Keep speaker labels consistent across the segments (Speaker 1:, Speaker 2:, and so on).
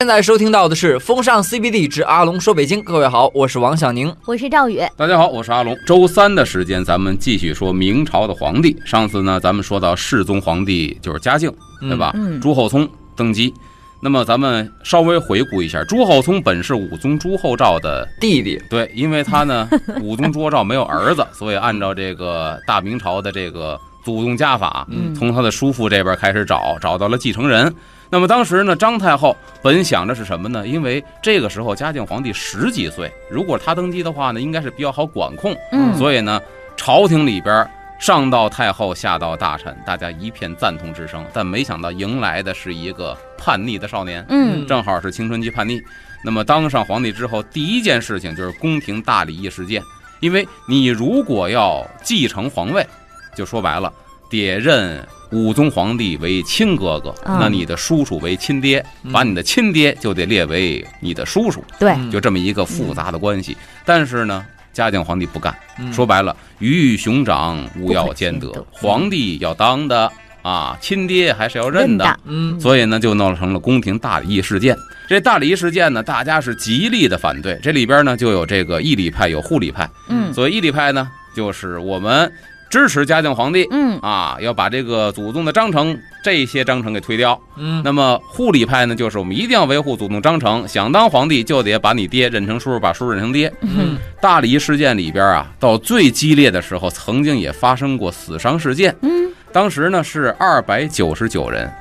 Speaker 1: 现在收听到的是《风尚 CBD 之阿龙说北京》，各位好，我是王小宁。
Speaker 2: 我是赵宇，
Speaker 3: 大家好，我是阿龙。周三的时间，咱们继续说明朝的皇帝。上次呢，咱们说到世宗皇帝就是嘉靖，对吧？
Speaker 2: 嗯嗯
Speaker 3: 朱厚熜登基。那么咱们稍微回顾一下，朱厚熜本是武宗朱厚照的
Speaker 1: 弟弟，
Speaker 3: 对，因为 他呢，武宗朱厚照没有儿子，所以按照这个大明朝的这个祖宗家法，
Speaker 2: 嗯
Speaker 3: 从他的叔父这边开始找，找到了继承人。那么当时呢，张太后本想着是什么呢？因为这个时候嘉靖皇帝十几岁，如果他登基的话呢，应该是比较好管控，
Speaker 2: 嗯
Speaker 3: 所以呢，朝廷里边儿上到太后，下到大臣，大家一片赞同之声。但没想到迎来的是一个叛逆的少年，
Speaker 2: 嗯
Speaker 3: 正好是青春期叛逆。那么当上皇帝之后，第一件事情就是宫廷大礼议事件，因为你如果要继承皇位，就说白了，得认武宗皇帝为亲哥哥，
Speaker 2: 嗯
Speaker 3: 那你的叔叔为亲爹，把你的亲爹就得列为你的叔叔，
Speaker 2: 对，
Speaker 1: 嗯
Speaker 3: 就这么一个复杂的关系。但是呢，嘉靖皇帝不干。
Speaker 1: 嗯
Speaker 3: 说白了，鱼与熊掌，勿要兼得
Speaker 2: 不可兼得。
Speaker 3: 皇帝要当的啊，亲爹还是要认
Speaker 2: 认
Speaker 3: 的。
Speaker 2: 的
Speaker 1: 嗯
Speaker 3: 所以呢，就闹成了宫廷大礼议事件。这大礼议事件呢，大家是极力的反对。这里边呢，就有这个义礼派，有护礼派。
Speaker 2: 嗯
Speaker 3: 所以义礼派呢，就是我们支持嘉靖皇帝
Speaker 2: 嗯
Speaker 3: 啊，要把这个祖宗的章程这些章程给推掉。
Speaker 1: 嗯
Speaker 3: 那么护理派呢，就是我们一定要维护祖宗章程，想当皇帝就得把你爹认成叔，把叔认成爹。
Speaker 1: 嗯
Speaker 3: 大礼事件里边啊，到最激烈的时候，曾经也发生过死伤事件。
Speaker 2: 嗯
Speaker 3: 当时呢是二百九十九人，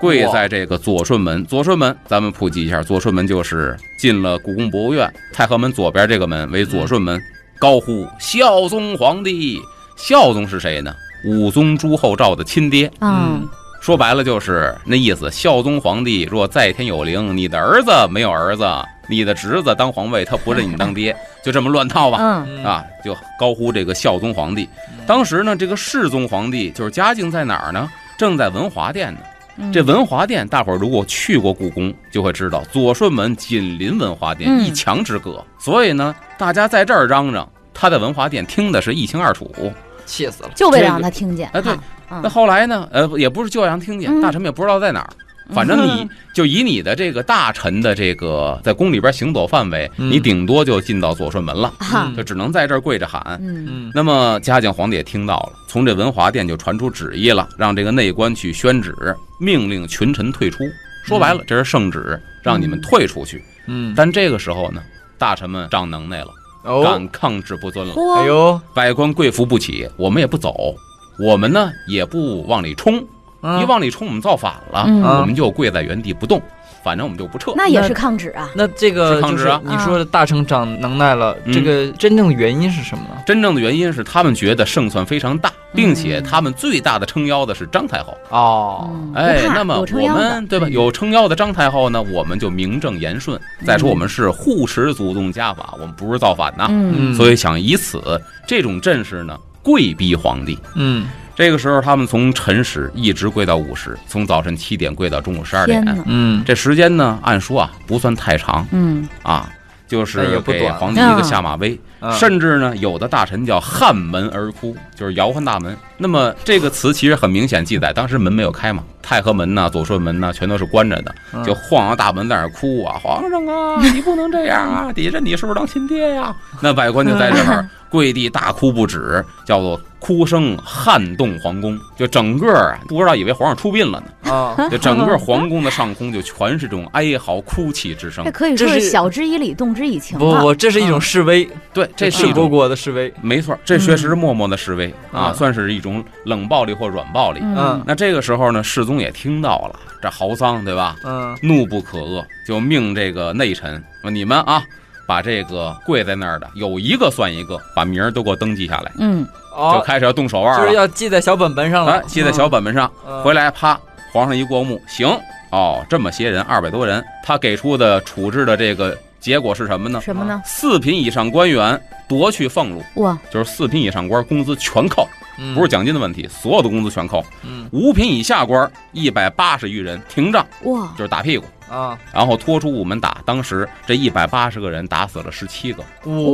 Speaker 3: 跪在这个左顺门。左顺门，咱们普及一下，左顺门就是进了故宫博物院太和门左边这个门为左顺门，高呼孝宗皇帝。孝宗是谁呢？武宗朱厚照的亲爹。
Speaker 2: 嗯，
Speaker 3: 说白了就是那意思。孝宗皇帝若在天有灵，你的儿子没有儿子，你的侄子当皇位，他不认你当爹，就这么乱套吧。
Speaker 2: 嗯
Speaker 1: 嗯，
Speaker 3: 啊，就高呼这个孝宗皇帝。当时呢，这个世宗皇帝就是嘉靖在哪儿呢？正在文华殿呢。
Speaker 2: 嗯
Speaker 3: 这文华殿，大伙儿如果去过故宫，就会知道左顺门紧邻文华殿，
Speaker 2: 嗯
Speaker 3: 一墙之隔。所以呢，大家在这儿嚷嚷，他在文华殿听的是一清二楚。
Speaker 2: 嗯
Speaker 1: 气死了。
Speaker 2: 就为了让他听见，
Speaker 3: 哎对
Speaker 2: 哈，
Speaker 3: 那
Speaker 2: 嗯
Speaker 3: 后来呢？呃，也不是就让听见，
Speaker 2: 嗯
Speaker 3: 大臣们也不知道 在哪儿。反正你就以你的这个大臣的这个在宫里边行走范围，
Speaker 1: 嗯
Speaker 3: 你顶多就进到左顺门了，
Speaker 2: 哈
Speaker 1: 嗯，
Speaker 3: 就只能在这儿跪着喊。
Speaker 2: 嗯
Speaker 1: 嗯
Speaker 3: 那么嘉靖皇帝也听到了，从这文华殿就传出旨意了，让这个内官去宣旨，命令群臣退出。说白了，这是圣旨，让你们退出去。
Speaker 1: 嗯，
Speaker 3: 但这个时候呢，大臣们长能耐了，
Speaker 1: 哦，
Speaker 3: 敢抗旨不遵了，
Speaker 1: 哎
Speaker 2: 嚯，
Speaker 1: 呦，
Speaker 3: 百官跪伏不起，我们也不走，我们呢也不往里冲，一
Speaker 1: 嗯
Speaker 3: 往里冲我们造反了，
Speaker 2: 嗯
Speaker 3: 我们就跪在原地不动，反正我们就不撤。
Speaker 2: 那也是抗旨啊，
Speaker 1: 那这个
Speaker 3: 是
Speaker 1: 就
Speaker 3: 抗旨
Speaker 1: 是
Speaker 3: 啊
Speaker 1: 你说的大成长能耐了，
Speaker 3: 嗯
Speaker 1: 这个真正的原因是什么呢？
Speaker 3: 真正的原因是他们觉得胜算非常大，
Speaker 2: 嗯
Speaker 3: 并且他们最大的撑腰的是张太后。
Speaker 1: 哦，
Speaker 2: 嗯
Speaker 3: 哎
Speaker 2: 不，怕
Speaker 3: 那么
Speaker 2: 有撑
Speaker 3: 我
Speaker 2: 腰的，嗯
Speaker 3: 们对吧？有撑腰的张太后呢，我们就名正言顺。再说我们是护持祖宗家法，我们不是造反呐。
Speaker 2: 嗯
Speaker 1: 嗯
Speaker 3: 所以想以此这种阵势呢，跪逼皇帝。
Speaker 1: 嗯
Speaker 3: 这个时候，他们从辰时一直跪到午时，从早晨七点跪到中午十二
Speaker 2: 天
Speaker 3: 点。
Speaker 2: 哪，
Speaker 1: 嗯
Speaker 3: 这时间呢，按说啊不算太长
Speaker 2: 嗯
Speaker 3: 啊，就
Speaker 1: 那也
Speaker 3: 是
Speaker 1: 不短
Speaker 3: 给皇帝一个下马威。
Speaker 1: 啊
Speaker 3: 甚至呢，有的大臣叫撼门而哭，就是摇撼大门。那么这个词其实很明显记载，当时门没有开嘛，太和门呐、左顺门呐、全都是关着的，
Speaker 1: 嗯
Speaker 3: 就晃摇大门在那儿哭啊，皇上啊，你不能这样啊，得认你是不是当亲爹呀、那百官就在这儿跪地大哭不止，叫做哭声撼动皇宫，就整个儿啊不知道以为皇上出殡了呢，
Speaker 1: 啊，
Speaker 3: 就整个皇宫的上空就全是这种哀嚎哭泣之声
Speaker 2: 这。可以
Speaker 1: 这
Speaker 2: 说
Speaker 1: 是
Speaker 2: 是晓之以理，动之以情啊
Speaker 1: 不
Speaker 2: 了，
Speaker 1: 不，这是一种示威，
Speaker 3: 对，嗯这是
Speaker 1: 是
Speaker 3: 一种
Speaker 1: 中国的示威。
Speaker 3: 没错，这确实是默默的示威、啊，
Speaker 1: 嗯
Speaker 3: 算是一种冷暴力或软暴力。
Speaker 1: 嗯
Speaker 3: 那这个时候呢，世宗也听到了这嚎丧，对吧？
Speaker 1: 嗯
Speaker 3: 怒不可遏，就命这个内臣说：“你们啊，把这个跪在那儿的有一个算一个，把名儿都给我登记下来。”
Speaker 2: 嗯
Speaker 3: 就
Speaker 1: 哦，
Speaker 3: 开始要动手
Speaker 1: 就
Speaker 3: 腕
Speaker 1: 是
Speaker 3: 了，
Speaker 1: 要记在小本本上
Speaker 3: 哎
Speaker 1: 了，，
Speaker 3: 记在小本本上，
Speaker 1: 嗯
Speaker 3: 回来啪，皇上一过目，行哦，这么些人，二百多人，他给出的处置的这个结果是什么呢？
Speaker 2: 什么呢？
Speaker 3: 四品以上官员夺去俸禄，
Speaker 2: 哇，
Speaker 3: 就是四品以上官工资全扣。
Speaker 1: 嗯
Speaker 3: 不是奖金的问题，所有的工资全扣。
Speaker 1: 嗯
Speaker 3: 五品以下官一百八十余人停杖，
Speaker 2: 哇，
Speaker 3: 就是打屁股，
Speaker 1: 啊，
Speaker 3: 然后拖出午门打。当时这一百八十个人打死了十七个，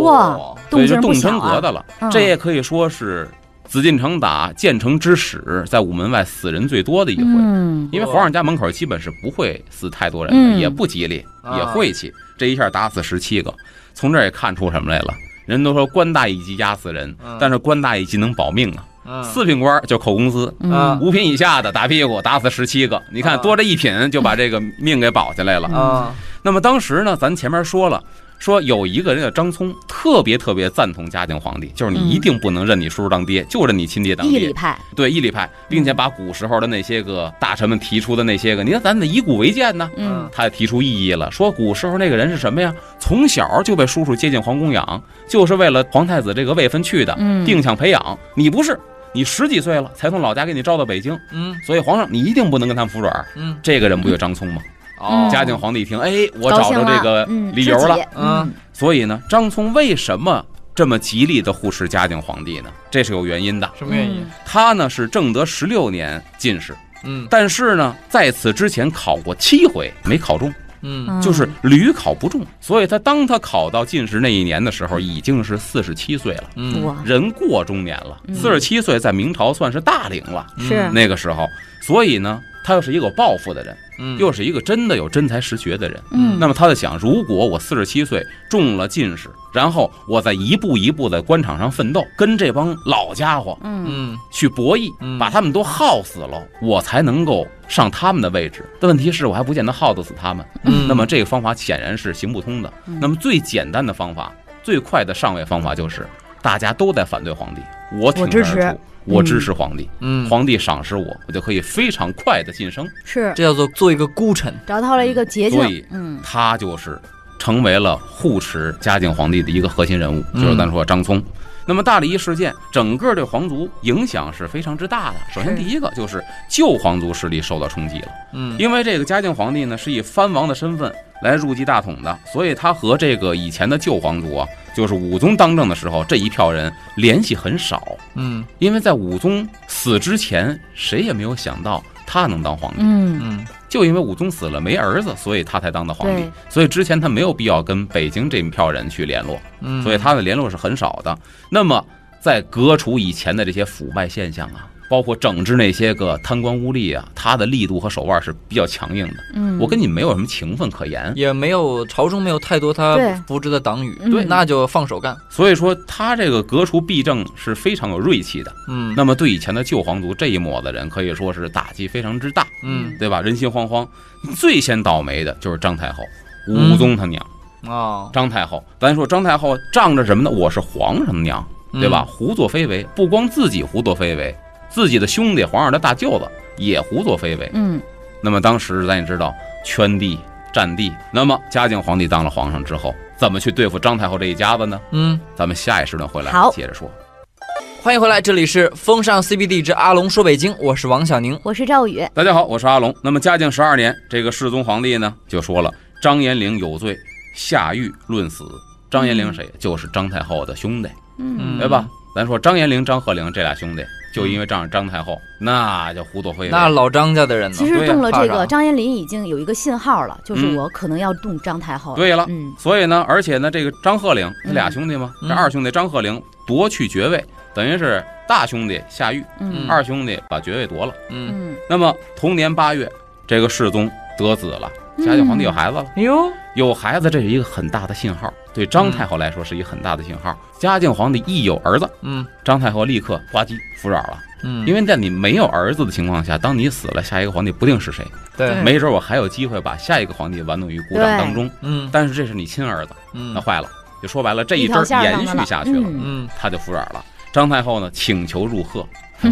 Speaker 2: 哇，
Speaker 3: 所
Speaker 2: 动
Speaker 3: 以就
Speaker 2: 静不
Speaker 3: 动
Speaker 2: 小
Speaker 3: 真格
Speaker 2: 啊，
Speaker 3: 的了。
Speaker 2: 嗯
Speaker 3: 这也可以说是紫禁城打建成之始，在午门外死人最多的一回。
Speaker 2: 嗯，
Speaker 3: 因为皇上家门口基本是不会死太多人的，
Speaker 2: 嗯
Speaker 3: 也不吉利，
Speaker 1: 啊
Speaker 3: 也晦气。这一下打死十七个，从这儿也看出什么来了。人都说官大一级压死人，
Speaker 1: 嗯
Speaker 3: 但是官大一级能保命啊。
Speaker 1: 嗯
Speaker 3: 四品官就扣工资，
Speaker 1: 啊
Speaker 2: 嗯，
Speaker 3: 五品以下的打屁股，打死十七个。你看
Speaker 1: 啊
Speaker 3: 多这一品就把这个命给保下来
Speaker 2: 嗯
Speaker 3: 了。
Speaker 1: 啊
Speaker 3: 那么当时呢，咱前面说了，说有一个人叫张聪，特别特别赞同嘉靖皇帝，就是你一定不能认你叔叔当爹，就认你亲爹当
Speaker 2: 嗯义
Speaker 3: 爹
Speaker 2: 理。嗯派，
Speaker 3: 对义礼派，并且把古时候的那些个大臣们提出的那些个，你看咱得以古为鉴呢。
Speaker 2: 嗯
Speaker 3: 他提出异议了，说古时候那个人是什么呀？从小就被叔叔接进皇宫养，就是为了皇太子这个位分去的，
Speaker 2: 嗯
Speaker 3: 定向培养。你不是，你十几岁了才从老家给你招到北京，
Speaker 1: 嗯
Speaker 3: 所以皇上你一定不能跟他们服软。
Speaker 1: 嗯
Speaker 3: 这个人不就张聪吗？
Speaker 1: 哦
Speaker 3: 嘉靖皇帝一听，哎，我
Speaker 2: 高
Speaker 3: 找
Speaker 2: 兴
Speaker 3: 着
Speaker 2: 了，
Speaker 3: 这个
Speaker 2: 嗯
Speaker 3: 理由
Speaker 2: 知
Speaker 3: 了。
Speaker 2: 己
Speaker 1: 啊
Speaker 2: 嗯
Speaker 3: 所以呢，张聪为什么这么极力的护持嘉靖皇帝呢？这是有原因的。
Speaker 1: 什么原因？
Speaker 3: 他呢是正德十六年进士，
Speaker 1: 嗯
Speaker 3: 但是呢，在此之前考过七回，没考中，
Speaker 1: 嗯
Speaker 2: 嗯，
Speaker 3: 就是屡考不中。所以他当他考到进士那一年的时候，已经是四十七岁了，
Speaker 1: 嗯
Speaker 2: 我
Speaker 3: 人过中年了。
Speaker 2: 嗯
Speaker 3: 四十七岁在明朝算是大龄了，
Speaker 1: 嗯
Speaker 2: 是
Speaker 3: 那个时候。所以呢，他又是一个有抱负的人，
Speaker 1: 嗯
Speaker 3: 又是一个真的有真才实学的人。
Speaker 2: 嗯，
Speaker 3: 那么他在想，如果我四十七岁中了进士，然后我再一步一步在官场上奋斗，跟这帮老家伙
Speaker 2: 嗯
Speaker 1: 嗯
Speaker 3: 去博弈
Speaker 1: 嗯，
Speaker 3: 把他们都耗死了，我才能够上他们的位置。但问题是我还不见得耗得死他们，
Speaker 1: 嗯
Speaker 3: 那么这个方法显然是行不通的。
Speaker 2: 嗯
Speaker 3: 那么最简单的方法、最快的上位方法就是，大家都在反对皇帝，我挺
Speaker 2: 我支
Speaker 3: 身而
Speaker 2: 持
Speaker 3: 出，我支持皇帝，
Speaker 1: 嗯，
Speaker 3: 皇帝赏识我，我就可以非常快的晋升。
Speaker 2: 是
Speaker 1: 这叫做做一个孤臣。
Speaker 2: 找到了一个捷径
Speaker 3: 所以，
Speaker 2: 嗯
Speaker 3: 他就是成为了护持嘉靖皇帝的一个核心人物，
Speaker 1: 嗯
Speaker 3: 就是咱说张聪。那么大礼仪事件，整个对皇族影响是非常之大的。首先，
Speaker 2: 是
Speaker 3: 第一个就是旧皇族势力受到冲击了，
Speaker 1: 嗯
Speaker 3: 因为这个嘉靖皇帝呢是以藩王的身份来入继大统的，所以他和这个以前的旧皇族啊，就是武宗当政的时候这一票人联系很少，
Speaker 1: 嗯
Speaker 3: 因为在武宗死之前，谁也没有想到他能当皇帝。
Speaker 2: 嗯
Speaker 1: 嗯
Speaker 3: 就因为武宗死了没儿子，所以他才当的皇帝
Speaker 2: 对。
Speaker 3: 所以之前他没有必要跟北京这一票人去联络，
Speaker 1: 嗯，
Speaker 3: 所以他的联络是很少的。那么，在革除以前的这些腐败现象啊，包括整治那些个贪官污吏啊，他的力度和手腕是比较强硬的。
Speaker 2: 嗯，
Speaker 3: 我跟你没有什么情分可言，
Speaker 1: 也没有朝中没有太多他
Speaker 2: 对
Speaker 1: 扶植的党羽，
Speaker 2: 对
Speaker 1: 那就放手干。
Speaker 3: 所以说他这个革除弊政是非常有锐气的。
Speaker 1: 嗯
Speaker 3: 那么对以前的旧皇族这一抹子人，可以说是打击非常之大。
Speaker 1: 嗯
Speaker 3: 对吧？人心惶惶，最先倒霉的就是张太后，
Speaker 1: 嗯
Speaker 3: 武宗他娘。
Speaker 1: 哦，
Speaker 3: 张太后，咱说张太后仗着什么呢？我是皇上娘，
Speaker 1: 嗯
Speaker 3: 对吧？？胡作非为，不光自己胡作非为，自己的兄弟皇上的大舅子也胡作非为。
Speaker 2: 嗯
Speaker 3: 那么当时咱也知道圈地占地，那么嘉靖皇帝当了皇上之后，怎么去对付张太后这一家子呢？
Speaker 1: 嗯，
Speaker 3: 咱们下一时段回来
Speaker 2: 好
Speaker 3: 接着说。
Speaker 1: 欢迎回来，这里是风尚 CBD 之阿龙说北京，我是王小宁。
Speaker 2: 我是赵宇，
Speaker 3: 大家好，我是阿龙。那么嘉靖十二年，这个世宗皇帝呢就说了，张延龄有罪，下狱论死。张延龄谁？就是张太后的兄弟。
Speaker 2: 嗯
Speaker 3: 对哎吧？咱说张延龄、张鹤龄这俩兄弟，就因为仗着张太后，那就胡作非为。
Speaker 1: 那老张家的人呢
Speaker 2: 其？实
Speaker 3: 对
Speaker 2: 中了这
Speaker 1: 怕啥
Speaker 2: 个张延林已经有一个信号了，就是
Speaker 3: 嗯
Speaker 2: 我可能要动张太后了。
Speaker 3: 对了，
Speaker 2: 嗯
Speaker 3: 所以呢，而且呢，这个张鹤龄他俩
Speaker 2: 嗯
Speaker 3: 兄弟嘛，
Speaker 1: 嗯
Speaker 3: 这二兄弟张鹤龄夺去爵位，等于是大兄弟下狱，
Speaker 2: 嗯
Speaker 3: 二兄弟把爵位夺了。
Speaker 1: 嗯，
Speaker 2: 嗯，
Speaker 3: 那么同年八月，这个世宗得子了，嘉靖皇帝有孩子了。
Speaker 1: 哎呦，
Speaker 3: 有孩子，这是一个很大的信号，对张太后来说是一个很大的信号。嘉靖皇帝一有儿子，
Speaker 1: 嗯
Speaker 3: 张太后立刻呱唧服软了，
Speaker 1: 嗯，
Speaker 3: 因为在你没有儿子的情况下，当你死了，下一个皇帝不定是谁。
Speaker 2: 嗯
Speaker 1: 对，
Speaker 3: 没准我还有机会把下一个皇帝玩弄于股掌当中。
Speaker 1: 嗯
Speaker 3: 但是这是你亲儿子，那
Speaker 1: 嗯
Speaker 3: 坏了，就说白了这一
Speaker 2: 一
Speaker 3: 针
Speaker 2: 条线
Speaker 3: 儿
Speaker 2: 儿
Speaker 3: 延
Speaker 2: 上
Speaker 3: 续
Speaker 2: 的
Speaker 3: 下去了，
Speaker 2: 嗯
Speaker 1: 嗯
Speaker 3: 他就服软了。张太后呢，请求 入贺，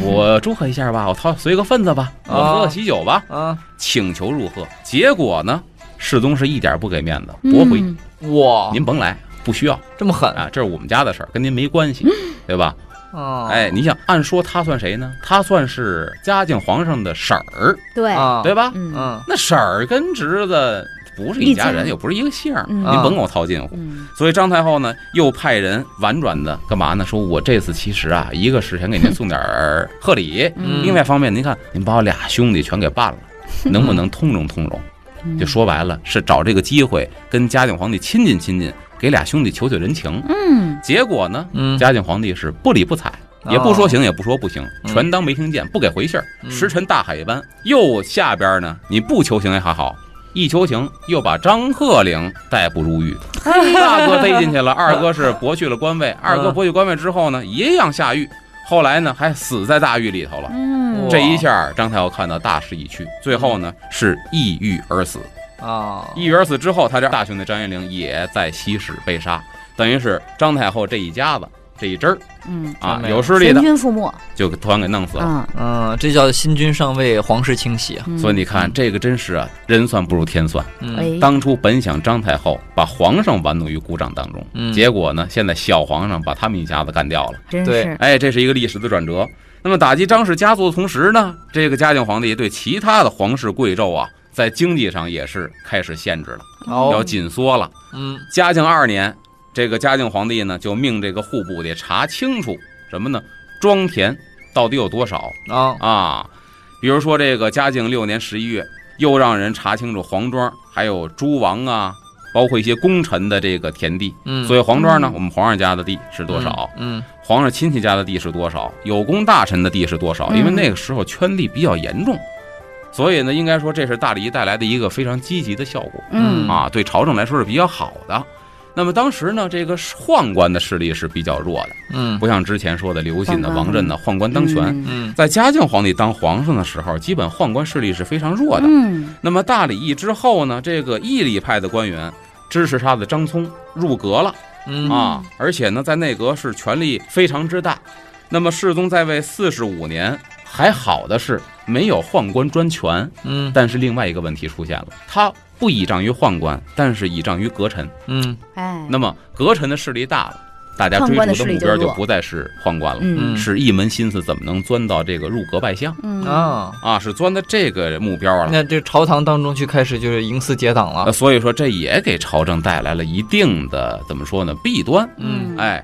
Speaker 3: 我祝贺一下吧，我掏随个份子吧，我喝
Speaker 1: 哦
Speaker 3: 个喜酒吧，
Speaker 1: 啊，
Speaker 3: 请求入贺。结果呢，世宗是一点儿不给面子，驳回，
Speaker 2: 嗯
Speaker 1: 哇，
Speaker 3: 您甭来，不需要
Speaker 1: 这么狠
Speaker 3: 啊，这是我们家的事儿，跟您没关
Speaker 2: 嗯
Speaker 3: 系，对吧？
Speaker 1: 啊！
Speaker 3: 哎，你想，按说他算谁呢？他算是嘉靖皇上的婶儿，
Speaker 2: 对，
Speaker 1: 啊，
Speaker 3: 对吧？
Speaker 2: 嗯
Speaker 1: 嗯
Speaker 3: 那婶儿跟侄子不是一家人，
Speaker 2: 一家
Speaker 3: 也不是一个姓儿，
Speaker 2: 嗯
Speaker 3: 您甭跟我套近乎。
Speaker 2: 嗯
Speaker 3: 所以张太后呢，又派人婉转的干嘛呢？说我这次其实啊，一个是想给您送点儿贺礼，
Speaker 1: 嗯
Speaker 3: 另外一方面，您看您把我俩兄弟全给办了，能不能通融通融？
Speaker 2: 嗯
Speaker 3: 就说白了，是找这个机会跟嘉靖皇帝亲近亲近，给俩兄弟求求人情。
Speaker 2: 嗯
Speaker 3: 结果呢，
Speaker 1: 嗯，
Speaker 3: 嘉靖皇帝是不理不睬，也不说行，也不说不行，全当没听见，不给回信儿。
Speaker 1: 嗯
Speaker 3: 石沉大海一般。右下边呢，你不求情也还好，一求情又把张鹤龄逮捕入狱，大哥逮进去了，二哥是博去了官位，二哥博去官位之后呢，一样下狱，后来呢还死在大狱里头了。
Speaker 1: 哦
Speaker 2: 嗯，
Speaker 3: 这一下，张太后看到大势已去，最后呢是抑郁而死。
Speaker 1: 啊，
Speaker 3: 一元死之后，他这大兄弟张云龄也在西市被杀，等于是张太后这一家子这一支儿
Speaker 2: 嗯，
Speaker 3: 啊
Speaker 1: 全，没了
Speaker 3: 有势力
Speaker 2: 全
Speaker 3: 的
Speaker 2: 军覆没，
Speaker 3: 就团给弄死了。
Speaker 2: 嗯，
Speaker 1: 嗯，这叫新君上位，皇室清洗啊。
Speaker 2: 嗯
Speaker 3: 所以你看，这个真是啊，人算不如天算。
Speaker 1: 嗯，
Speaker 2: 哎，
Speaker 3: 当初本想张太后把皇上玩弄于股掌当
Speaker 1: 嗯
Speaker 3: 中，结果呢，现在小皇上把他们一家子干掉了。
Speaker 2: 真
Speaker 1: 对
Speaker 2: 是，
Speaker 3: 哎，这是一个历史的转折。那么打击张氏家族的同时呢，这个嘉靖皇帝对其他的皇室贵胄啊，在经济上也是开始限制了，要
Speaker 1: 哦，
Speaker 3: 紧缩了。
Speaker 1: 嗯，
Speaker 3: 嘉靖二年，这个嘉靖皇帝呢，就命这个户部得查清楚什么呢？庄田到底有多少
Speaker 1: 啊，
Speaker 3: 啊？比如说这个嘉靖六年十一月，又让人查清楚黄庄，还有诸王啊，包括一些功臣的这个田地。
Speaker 1: 嗯，
Speaker 3: 所
Speaker 1: 以
Speaker 3: 以黄庄呢
Speaker 2: 嗯，
Speaker 3: 我们皇上家的地是多少？？
Speaker 1: 嗯，
Speaker 3: 皇上亲戚家的地是多少？有功大臣的地是多少？
Speaker 2: 嗯
Speaker 3: 因为那个时候圈地比较严重，所以呢，应该说这是大礼带来的一个非常积极的效果。
Speaker 2: 嗯，
Speaker 3: 啊，对朝政来说是比较好的。那么当时呢，这个宦官的势力是比较弱的，
Speaker 1: 嗯，
Speaker 3: 不像之前说的刘瑾的、
Speaker 2: 宦官
Speaker 3: 王振的宦官当权。
Speaker 2: 嗯
Speaker 1: 嗯，
Speaker 3: 在嘉靖皇帝当皇上的时候，基本宦官势力是非常弱的。
Speaker 2: 嗯，
Speaker 3: 那么大礼议之后呢，这个义礼派的官员支持他的张聪入阁了
Speaker 1: 嗯，
Speaker 3: 啊，而且呢，在内阁是权力非常之大。那么世宗在位四十五年，还好的是没有宦官专权，
Speaker 1: 嗯，
Speaker 3: 但是另外一个问题出现了，他不倚仗于宦官，但是倚仗于阁臣。
Speaker 1: 嗯，
Speaker 2: 哎，
Speaker 3: 那么阁臣的势力大了，大家追逐的目标就不再是宦官了，
Speaker 2: 嗯
Speaker 1: 嗯
Speaker 3: 是一门心思怎么能钻到这个入阁拜相
Speaker 2: 嗯，
Speaker 1: 啊，
Speaker 3: 啊，是钻到这个目标了。
Speaker 1: 那这朝堂当中去开始就是营私结党
Speaker 3: 呃
Speaker 1: 了。
Speaker 3: 所以说，这也给朝政带来了一定的怎么说呢弊端。
Speaker 1: 嗯，
Speaker 3: 哎，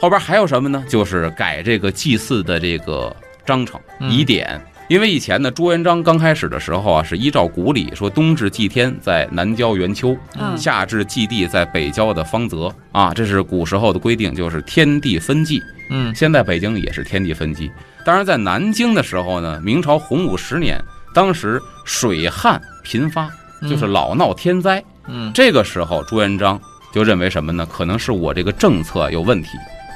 Speaker 3: 后边还有什么呢？就是改这个祭祀的这个章程
Speaker 1: 嗯
Speaker 3: 疑点。因为以前呢，朱元璋刚开始的时候啊，是依照古礼说，冬至祭天在南郊元丘，
Speaker 2: 嗯
Speaker 3: 夏至祭地在北郊的方泽啊，这是古时候的规定，就是天地分祭。
Speaker 1: 嗯，
Speaker 3: 现在北京也是天地分祭。当然，在南京的时候呢，明朝洪武十年，当时水旱频发，就是老闹天灾。
Speaker 1: 嗯，
Speaker 3: 这个时候，朱元璋就认为什么呢？可能是我这个政策有问题，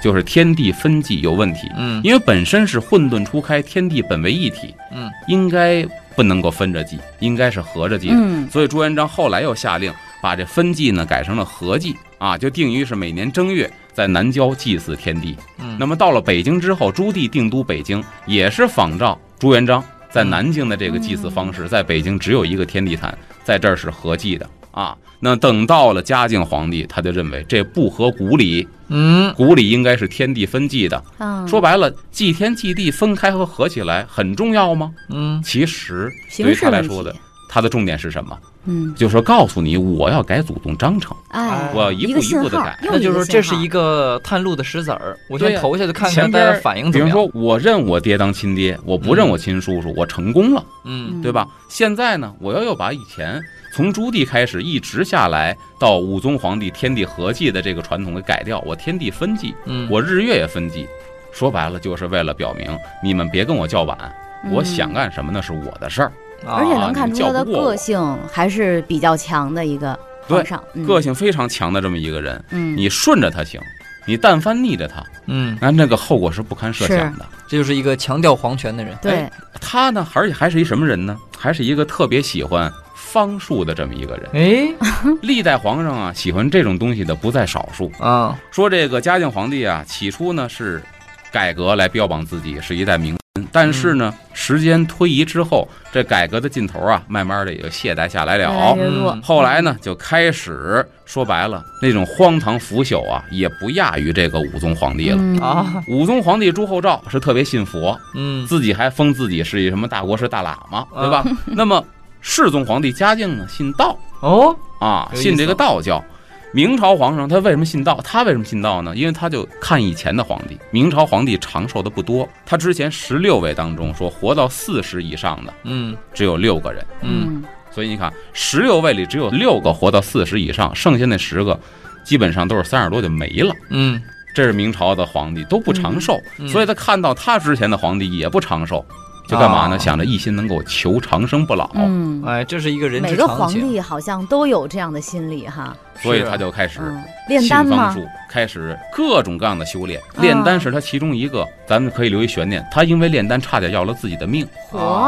Speaker 3: 就是天地分祭有问题。
Speaker 1: 嗯，
Speaker 3: 因为本身是混沌初开，天地本为一体，
Speaker 1: 嗯，
Speaker 3: 应该不能够分着祭，应该是合着祭的。
Speaker 2: 嗯，
Speaker 3: 所以朱元璋后来又下令把这分祭呢改成了合祭啊，就定于是每年正月在南郊祭祀天地。
Speaker 1: 嗯
Speaker 3: 那么到了北京之后，朱棣定都北京，也是仿照朱元璋在
Speaker 2: 嗯
Speaker 3: 南京的这个祭祀方式，在北京只有一个天地坛，在这儿是合祭的啊。那等到了嘉靖皇帝，他就认为这不合古礼，
Speaker 1: 嗯，
Speaker 3: 古礼应该是天地分祭的。
Speaker 2: 嗯，
Speaker 3: 说白了，祭天祭地分开和合起来很重要吗？
Speaker 1: 嗯，
Speaker 3: 其实对
Speaker 2: 形
Speaker 3: 于
Speaker 2: 式
Speaker 3: 他来
Speaker 2: 问
Speaker 3: 说的
Speaker 2: 题，，
Speaker 3: 他的重点是什么？
Speaker 2: 嗯，
Speaker 3: 就说告诉你，我要改祖宗章程，
Speaker 2: 哎，
Speaker 3: 我要一步
Speaker 2: 个
Speaker 3: 一
Speaker 2: 信
Speaker 3: 步的
Speaker 2: 号
Speaker 3: 改。
Speaker 2: 又
Speaker 1: 那就是
Speaker 2: 个
Speaker 1: 说
Speaker 2: 信
Speaker 1: 这是
Speaker 2: 号
Speaker 1: 一个探路的石子儿，我
Speaker 3: 对
Speaker 1: 先
Speaker 3: 呀
Speaker 1: 投下去看
Speaker 3: 前
Speaker 1: 看
Speaker 3: 边
Speaker 1: 大
Speaker 3: 儿
Speaker 1: 家反应
Speaker 3: 比
Speaker 1: 怎么
Speaker 3: 如
Speaker 1: 样。
Speaker 3: 说，我认我爹当亲爹，我不认我亲叔叔，我成功了，
Speaker 1: 嗯，
Speaker 3: 对吧？现在呢，我要又把以前从朱棣开始一直下来到武宗皇帝天地合祭的这个传统给改掉，我天地分祭，
Speaker 1: 嗯，
Speaker 3: 我日月也分祭。说白了，就是为了表明你们别跟我叫板，
Speaker 1: 嗯
Speaker 3: 我
Speaker 2: 嗯
Speaker 3: 想，干什么那是我的事儿。
Speaker 1: 啊
Speaker 2: 而且能看
Speaker 3: 你
Speaker 2: 出
Speaker 3: 叫
Speaker 2: 他的
Speaker 3: 不过我
Speaker 2: 个性还是比较强的一个
Speaker 3: 对
Speaker 2: 皇上，嗯
Speaker 3: 个，性非常强的这么一个人，
Speaker 2: 嗯，
Speaker 3: 你顺着他行，你但凡逆着他，
Speaker 1: 嗯，
Speaker 3: 那那个后果是不堪设想的。
Speaker 1: 这就是一个强调皇权的人。
Speaker 2: 对，
Speaker 3: 他呢，而且还是一什么人呢？还是一个特别喜欢方术的这么一个人。
Speaker 1: 哎，
Speaker 3: 历代皇上啊，喜欢这种东西的不在少数。
Speaker 1: 啊，
Speaker 3: 说这个嘉靖皇帝啊，起初呢是改革来标榜自己是一代名君，但是呢，时间推移之后，这改革的劲头啊，慢慢的也就懈怠下来
Speaker 2: 越来
Speaker 3: 了。
Speaker 2: 越弱
Speaker 1: 嗯，
Speaker 3: 后来呢，就开始说白了，那种荒唐腐朽啊，也不亚于这个武宗皇帝了。
Speaker 2: 嗯，
Speaker 1: 啊，
Speaker 3: 武宗皇帝朱厚照是特别信佛，
Speaker 1: 嗯，
Speaker 3: 自己还封自己是一什么大国师、大喇嘛，
Speaker 1: 啊
Speaker 3: 对吧？那么世宗皇帝嘉靖呢，信道
Speaker 1: 哦，
Speaker 3: 啊，
Speaker 1: 有意思
Speaker 3: 信这个道教。明朝皇上他为什么信道？他为什么信道呢？因为他就看以前的皇帝，明朝皇帝长寿的不多，他之前十六位当中说活到四十以上的
Speaker 1: 嗯
Speaker 3: 只有六个人，
Speaker 1: 嗯，
Speaker 2: 嗯，
Speaker 3: 所以你看十六位里只有六个活到四十以上，剩下那十个基本上都是三十多就没了。
Speaker 1: 嗯，
Speaker 3: 这是明朝的皇帝都不长寿，
Speaker 1: 嗯
Speaker 3: 所以他看到他之前的皇帝也不长寿，就干嘛呢？
Speaker 1: 啊
Speaker 3: 想着一心能够求长生不老，
Speaker 2: 嗯，
Speaker 1: 哎，这是一个人
Speaker 2: 每
Speaker 1: 之
Speaker 2: 个
Speaker 1: 常
Speaker 2: 皇
Speaker 1: 情，
Speaker 2: 帝好像都有这样的心理哈，
Speaker 3: 所以
Speaker 1: 是啊
Speaker 3: 他就开始
Speaker 2: 嗯，炼
Speaker 3: 信
Speaker 2: 丹
Speaker 3: 方
Speaker 2: 吗？
Speaker 3: 术，开始各种各样的修炼。炼丹是他其中一个，咱们可以留一悬念。他因为炼丹差点要了自己的命
Speaker 2: 火，
Speaker 1: 啊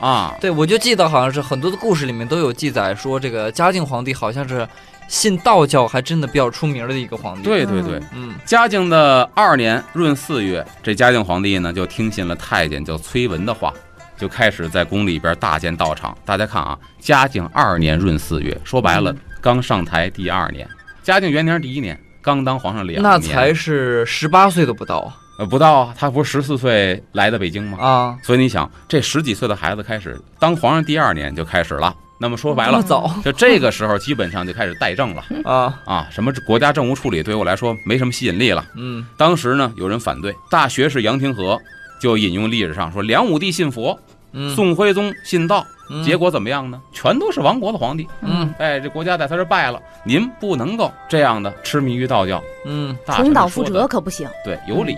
Speaker 3: 啊！
Speaker 1: 对，我就记得好像是很多的故事里面都有记载说，这个嘉靖皇帝好像是信道教，还真的比较出名的一个皇帝。
Speaker 3: 对对对，
Speaker 1: 嗯，
Speaker 3: 嘉靖的二年闰四月，这嘉靖皇帝呢就听信了太监叫崔文的话，就开始在宫里边大建道场。大家看啊，嘉靖二年闰四月，说白了
Speaker 2: 嗯，
Speaker 3: 刚上台第二年，嘉靖元年第一年，刚当皇上两年，
Speaker 1: 那才是十八岁都不到
Speaker 3: 呃不到啊，他不是十四岁来的北京吗？
Speaker 1: 啊，
Speaker 3: 所以你想，这十几岁的孩子开始当皇上第二年就开始了。那么说白
Speaker 1: 这么
Speaker 3: 了，
Speaker 1: 早
Speaker 3: 就这个时候基本上就开始怠政了
Speaker 1: 啊，
Speaker 3: 啊！什么国家政务处理对我来说没什么吸引力了。
Speaker 1: 嗯，
Speaker 3: 当时呢，有人反对，大学士杨廷和就引用历史上说梁武帝信佛，
Speaker 1: 嗯
Speaker 3: 宋徽宗信道，
Speaker 1: 嗯
Speaker 3: 结果怎么样呢？全都是亡国的皇帝。
Speaker 1: 嗯
Speaker 3: 哎，这国家在他这败了，您不能够这样的痴迷于道教。
Speaker 1: 嗯
Speaker 3: 大臣
Speaker 2: 重蹈
Speaker 3: 说
Speaker 2: 覆
Speaker 3: 的
Speaker 2: 辙嗯可不行。
Speaker 3: 对，有理。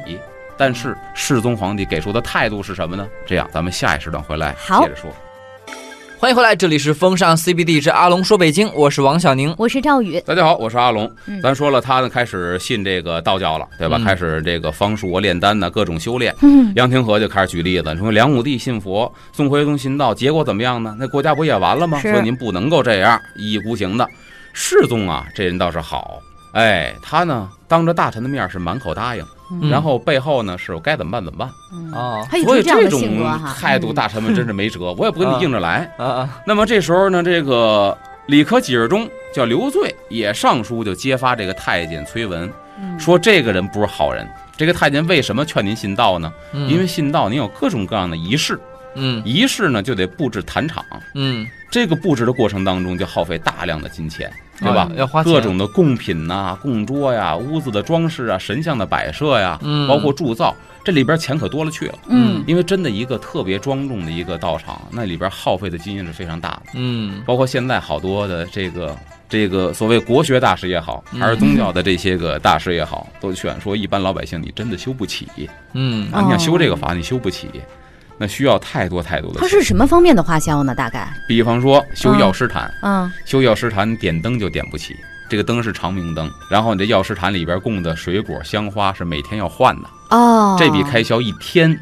Speaker 3: 但是世宗皇帝给出的态度是什么呢？这样，咱们下一时段回来
Speaker 2: 好
Speaker 3: 接着说。
Speaker 1: 欢迎回来，这里是风尚 CBD 之阿龙说北京，我是王小宁。
Speaker 2: 我是赵 宇，
Speaker 3: 大家好，我是阿龙。
Speaker 2: 嗯
Speaker 3: 咱说了，他呢开始信这个道教了，对吧？
Speaker 1: 嗯
Speaker 3: 开始这个方术啊、炼丹呐、各种修炼。
Speaker 2: 嗯，
Speaker 3: 杨廷和就开始举例子，说梁武帝信佛，宋徽宗信道，结果怎么样呢？那国家不也完了吗？
Speaker 2: 是
Speaker 3: 说您不能够这样一意孤行的。世宗啊，这人倒是好，哎，他呢当着大臣的面是满口答应，
Speaker 1: 嗯
Speaker 3: 然后背后呢是我该怎么办怎么办。
Speaker 2: 嗯
Speaker 1: 哦
Speaker 2: 他也
Speaker 3: 所
Speaker 2: 是
Speaker 3: 以
Speaker 2: 这样
Speaker 3: 这
Speaker 2: 的
Speaker 3: 种
Speaker 2: 性格哈，嗯
Speaker 3: 态度，大臣们真是没辙，我也不跟你硬着来。
Speaker 1: 啊啊，
Speaker 3: 那么这时候呢，这个理科几日中叫刘罪也上书就揭发这个太监崔文，
Speaker 2: 嗯
Speaker 3: 说这个人不是好人。这个太监为什么劝您信道呢？嗯因为信道您有各种各样的仪式，
Speaker 1: 嗯
Speaker 3: 仪式呢就得布置坛场，
Speaker 1: 嗯，
Speaker 3: 这个布置的过程当中就耗费大量的金钱，对吧
Speaker 1: 啊？要花钱
Speaker 3: 各种的贡品呐、供桌呀、屋子的装饰啊、神像的摆设呀、
Speaker 1: 嗯
Speaker 3: 包括铸造，这里边钱可多了去了。
Speaker 2: 嗯
Speaker 3: 因为真的一个特别庄重的一个道场，那里边耗费的金银是非常大的。
Speaker 1: 嗯
Speaker 3: 包括现在好多的这个这个所谓国学大师也好，
Speaker 1: 嗯
Speaker 3: 还是宗教的这些个大师也好，都劝说一般老百姓你真的修不起
Speaker 1: 嗯
Speaker 3: 啊！
Speaker 2: 哦
Speaker 3: 你想修这个法，你修不起，那需要太多太多的
Speaker 2: 他
Speaker 3: 钱。
Speaker 2: 是什么方面的花销呢？大概，
Speaker 3: 比方说修药师坛，
Speaker 2: 嗯
Speaker 3: 修药师坛点灯就点不起，这个灯是长明灯，然后你这药师坛里边供的水果香花是每天要换的，
Speaker 2: 哦，
Speaker 3: 这笔开销一天。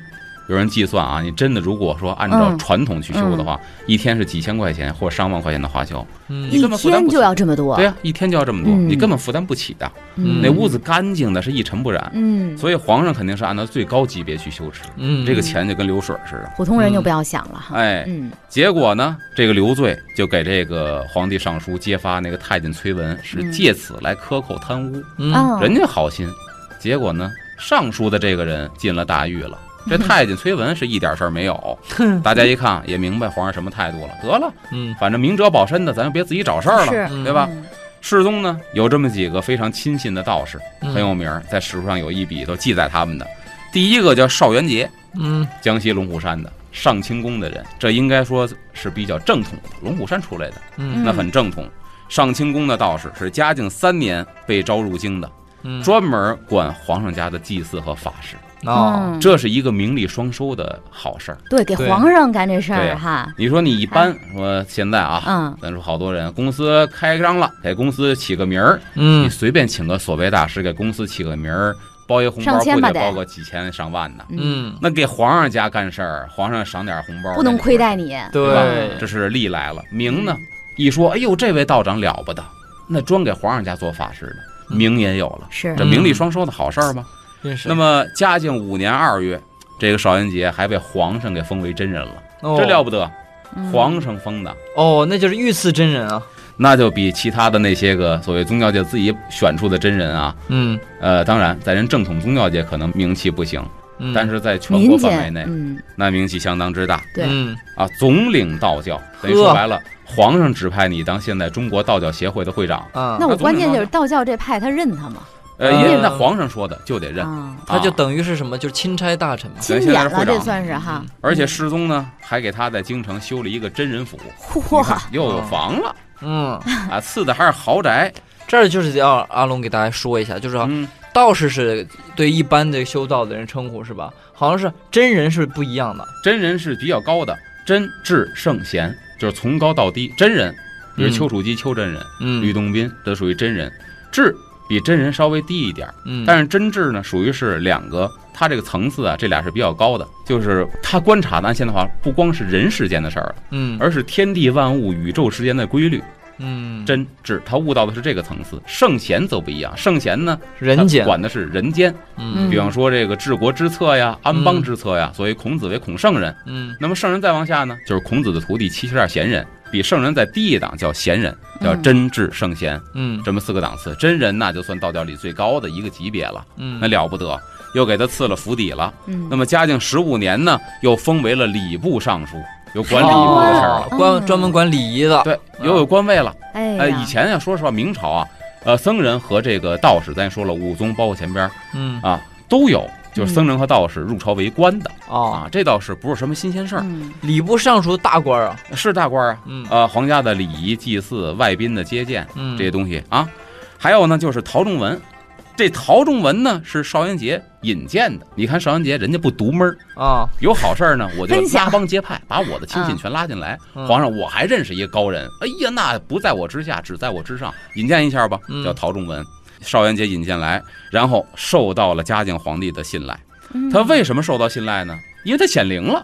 Speaker 3: 有人计算啊，你真的如果说按照
Speaker 2: 嗯
Speaker 3: 传统去修的话，一天是几千块钱或上万块钱的花销。
Speaker 1: 嗯
Speaker 3: 你
Speaker 2: 一
Speaker 3: 根本负担
Speaker 2: 天
Speaker 3: 不起
Speaker 2: 就要这么多，
Speaker 3: 对呀、啊一天就要这么多，
Speaker 2: 嗯
Speaker 3: 你根本负担不起的。
Speaker 2: 嗯
Speaker 3: 那屋子干净的是一尘不染，
Speaker 2: 嗯，
Speaker 3: 所以皇上肯定是按照最高级别去修持，
Speaker 1: 嗯
Speaker 3: 这个钱就跟流水似的。
Speaker 2: 普通人就不要想了哈，
Speaker 3: 嗯哎，
Speaker 2: 嗯
Speaker 3: 结果呢，这个刘罪就给这个皇帝上书揭发那个太监崔文是
Speaker 2: 嗯
Speaker 3: 借此来克扣贪污，
Speaker 1: 嗯
Speaker 2: 啊，
Speaker 3: 人家好心，结果呢，上书的这个人进了大狱了。
Speaker 1: 嗯
Speaker 3: 这太监崔文是一点事儿没有，大家一看也明白皇上什么态度了。得了，
Speaker 1: 嗯
Speaker 3: 反正明哲保身的，咱就别自己找事儿了，
Speaker 1: 是
Speaker 3: 对吧？
Speaker 2: 嗯
Speaker 3: 世宗呢有这么几个非常亲信的道士，
Speaker 1: 嗯
Speaker 3: 很有名儿，在史书上有一笔都记载他们的。第一个叫邵元节，
Speaker 1: 嗯
Speaker 3: 江西龙虎山的上清宫的人，这应该说是比较正统的，龙虎山出来的
Speaker 1: 嗯
Speaker 2: 嗯
Speaker 3: 那很正统。上清宫的道士是嘉靖三年被招入京的，
Speaker 1: 嗯，
Speaker 3: 专门管皇上家的祭祀和法事，
Speaker 1: 哦
Speaker 2: 嗯
Speaker 3: 这是一个名利双收的好事儿。
Speaker 2: 对，给
Speaker 1: 对
Speaker 2: 皇上干这事
Speaker 3: 对
Speaker 2: 儿哈，
Speaker 3: 你说你一般说现在啊，
Speaker 2: 嗯
Speaker 3: 咱说好多人公司开张了，给公司起个名儿，你
Speaker 1: 嗯
Speaker 3: 随便请个所谓大师给公司起个名儿，包一红包
Speaker 2: 上千
Speaker 3: 不
Speaker 2: 吧
Speaker 3: 得
Speaker 2: 得
Speaker 3: 包个几千上万的？
Speaker 1: 嗯，
Speaker 3: 那给皇上家干事儿，皇上赏点红包，
Speaker 2: 不能亏待
Speaker 3: 你。
Speaker 2: 你，
Speaker 1: 对，
Speaker 3: 这是历来了。明呢，一说，哎呦，这位道长了不得，那专给皇上家做法事的，名也有了，
Speaker 2: 是
Speaker 3: 这名利双收的好事儿吗？
Speaker 1: 真嗯是。
Speaker 3: 那么嘉靖五年二月，这个邵元节还被皇上给封为真人了，
Speaker 1: 哦
Speaker 3: 这了不得，
Speaker 2: 嗯
Speaker 3: 皇上封的。
Speaker 1: 哦，那就是御赐真人啊。
Speaker 3: 那就比其他的那些个所谓宗教界自己选出的真人啊，
Speaker 1: 嗯，
Speaker 3: 呃，当然，在人正统宗教界可能名气不行，
Speaker 1: 嗯
Speaker 3: 但是在全国
Speaker 2: 民
Speaker 3: 范围
Speaker 2: 间，
Speaker 3: 内，
Speaker 2: 嗯，
Speaker 3: 那啊名气相当之大
Speaker 2: 对
Speaker 1: 嗯
Speaker 3: 啊！总领道教，等于
Speaker 1: 呵
Speaker 3: 说白了，皇上指派你当现在中国道教协会的会长。
Speaker 1: 啊，
Speaker 2: 那我
Speaker 3: 总
Speaker 2: 关
Speaker 3: 领
Speaker 2: 键
Speaker 3: 导
Speaker 2: 就是道教这派他认他嘛，
Speaker 3: 呃，
Speaker 1: 嗯
Speaker 3: 因为那皇上说的就得认，
Speaker 2: 啊，
Speaker 1: 他就
Speaker 3: 啊
Speaker 1: 等于是什么，就是钦差大臣嘛。
Speaker 2: 钦
Speaker 3: 现在是
Speaker 2: 点了，
Speaker 3: 会
Speaker 2: 这
Speaker 3: 长嗯
Speaker 2: 算是哈，
Speaker 3: 而
Speaker 1: 嗯
Speaker 3: 且世宗呢还给他在京城修了一个真人府，你
Speaker 2: 嚯，
Speaker 3: 看又有房了
Speaker 1: 嗯，
Speaker 3: 啊，赐的还是豪宅。
Speaker 1: 这儿就是要阿龙给大家说一下，就是啊
Speaker 3: 嗯
Speaker 1: 道士是对一般的修道的人称呼是吧？好像是真人是不一样的。
Speaker 3: 真人是比较高的，真至圣贤就是从高到低。真人，比如
Speaker 1: 嗯
Speaker 3: 丘处机、丘真人、吕
Speaker 1: 嗯
Speaker 3: 洞宾，这属于真人。智比真人稍微低一点儿，
Speaker 1: 嗯，
Speaker 3: 但是真智呢，属于是两个，它这个层次啊，这俩是比较高的。就是他观察的，按现在话，不光是人世间的事儿了，
Speaker 1: 嗯
Speaker 3: 而是天地万物、宇宙之间的规律。
Speaker 1: 嗯
Speaker 3: 真智，他悟到的是这个层次。圣贤则不一样，圣贤呢，
Speaker 1: 嗯人
Speaker 3: 他
Speaker 1: 间
Speaker 3: 管的是人间。
Speaker 1: 嗯
Speaker 2: 嗯
Speaker 3: 比方说这个治国之策呀、安邦之策呀，所谓孔子为孔圣人。
Speaker 1: 嗯
Speaker 3: 那么圣人再往下呢，就是孔子的徒弟七十二贤人，比圣人再低一档叫贤人，叫
Speaker 2: 嗯
Speaker 3: 真智圣贤，
Speaker 1: 嗯
Speaker 3: 这么四个档次。真人那就算道教里最高的一个级别了，
Speaker 1: 嗯，
Speaker 3: 那了不得，又给他赐了府邸了。
Speaker 2: 嗯
Speaker 3: 那，么嘉靖十五年呢，又封为了礼部尚书，有管礼部的事儿
Speaker 1: 哦嗯
Speaker 3: 了，，
Speaker 1: 官
Speaker 2: 嗯
Speaker 1: 专门管礼仪的。
Speaker 3: 对，又有官位了。
Speaker 2: 哎呀
Speaker 3: 呃，以前呀，说实话，明朝啊，呃，僧人和这个道士，咱也说了，武宗包括前边儿
Speaker 1: 嗯
Speaker 3: 啊都有，就是
Speaker 2: 嗯
Speaker 3: 僧人和道士入朝为官的。
Speaker 1: 哦，
Speaker 3: 啊，这倒是不是什么新鲜事儿，
Speaker 2: 嗯
Speaker 1: 礼部尚书大官啊。
Speaker 3: 是大官儿啊，
Speaker 1: 嗯
Speaker 3: 呃，皇家的礼仪、祭祀、外宾的接见
Speaker 1: 嗯，
Speaker 3: 这些东西啊，还有呢就是陶仲文，这陶仲文呢是邵元节引荐的，你看邵元节人家不独门儿，
Speaker 1: 啊，
Speaker 3: 有好事儿呢我就
Speaker 2: 分享
Speaker 3: 拉帮结派，把我的亲戚
Speaker 2: 嗯
Speaker 3: 全拉进来，
Speaker 1: 嗯
Speaker 3: 皇上我还认识一个高人，哎呀那不在我之下，只在我之上，引荐一下吧
Speaker 1: 嗯，
Speaker 3: 叫陶仲文，邵元节引荐来，然后受到了嘉靖皇帝的信赖，
Speaker 2: 嗯
Speaker 3: 他为什么受到信赖呢？因为他显灵了。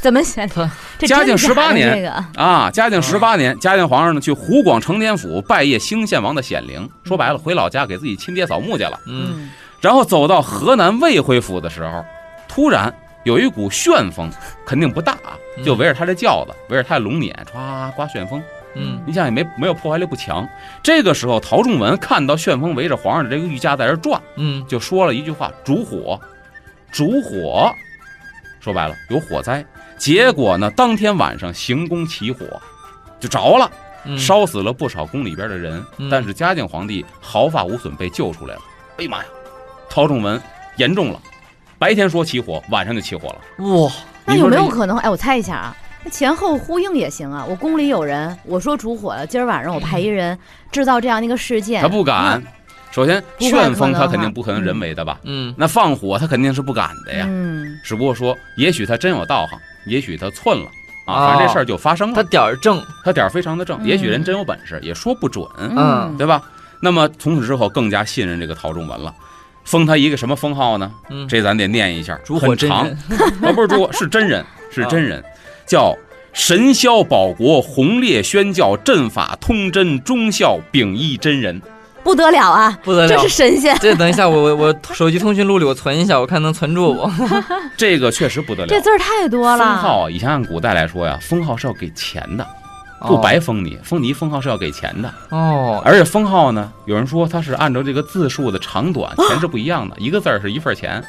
Speaker 2: 怎么写
Speaker 1: 他
Speaker 2: 的？这
Speaker 3: 嘉靖
Speaker 2: 真假的
Speaker 3: 18年
Speaker 2: 这个
Speaker 3: 啊，嘉靖十
Speaker 1: 啊
Speaker 3: 八年，嘉靖皇上呢去湖广承天府拜谒兴县王的显灵，说白了回老家给自己亲爹扫墓去了。
Speaker 1: 嗯，
Speaker 3: 然后走到河南卫辉府的时候，突然有一股旋风，肯定不大啊，就
Speaker 1: 嗯
Speaker 3: 围着他这轿子，围着他的龙辇，歘刮旋风。
Speaker 1: 嗯
Speaker 3: 你想也没没有破坏力不强。这个时候，陶仲文看到旋风围着皇上的这个御驾在这转，
Speaker 1: 嗯
Speaker 3: 就说了一句话：“烛火，烛火。”说白了，有火灾。结果呢，当天晚上行宫起火，就着了，
Speaker 1: 嗯，
Speaker 3: 烧死了不少宫里边的人。
Speaker 1: 嗯
Speaker 3: 但是嘉靖皇帝毫发无损被救出来了。哎呀妈呀，陶仲文严重了，白天说起火，晚上就起火了。
Speaker 1: 哇，
Speaker 2: 那
Speaker 3: 您
Speaker 2: 有
Speaker 3: 说
Speaker 2: 没
Speaker 3: 这
Speaker 2: 有可能？哎，我猜一下啊，那前后呼应也行啊。我宫里有人，我说烛火了，今儿晚上我派一人制造这样一个事件，
Speaker 3: 他不敢。首先，
Speaker 2: 不太可
Speaker 3: 旋风
Speaker 2: 能
Speaker 3: 他肯定
Speaker 2: 哈
Speaker 3: 不可能人为的吧？
Speaker 1: 嗯
Speaker 3: 那放火他肯定是不敢的呀。
Speaker 2: 嗯，
Speaker 3: 只不过说，也许他真有道行，也许他寸了
Speaker 1: 哦
Speaker 3: 啊，反正这事儿就发生了。
Speaker 1: 他点儿正，
Speaker 3: 他点儿非常的正，
Speaker 2: 嗯
Speaker 3: 也许人真有本事，也说不准，
Speaker 1: 嗯
Speaker 3: 对吧？那么从此之后更加信任这个陶仲文了，封他一个什么封号呢？
Speaker 1: 嗯，
Speaker 3: 这咱得念一下，
Speaker 1: 烛火真
Speaker 3: 很
Speaker 1: 人，
Speaker 3: 长，啊，不是烛火，是真人，是真人，叫神霄保国，弘烈宣教，阵法通真，忠孝秉义真人。
Speaker 2: 不得了啊，
Speaker 1: 不得
Speaker 2: 这
Speaker 1: 了
Speaker 2: 是。神 仙，
Speaker 1: 这等一下，我我我手机通讯录里我存一下，我看能存住不？
Speaker 3: 这个确实不得了。
Speaker 2: 啊这字儿太多
Speaker 3: 封
Speaker 2: 了。
Speaker 3: 号以前按古代来说呀，封号是要给钱的， 不白封你，封你一封号是要给钱的。
Speaker 1: 哦，
Speaker 3: 而且封号呢，有人说它是按照这个字数的 长短，钱是不一样的，一个字儿是一份儿钱，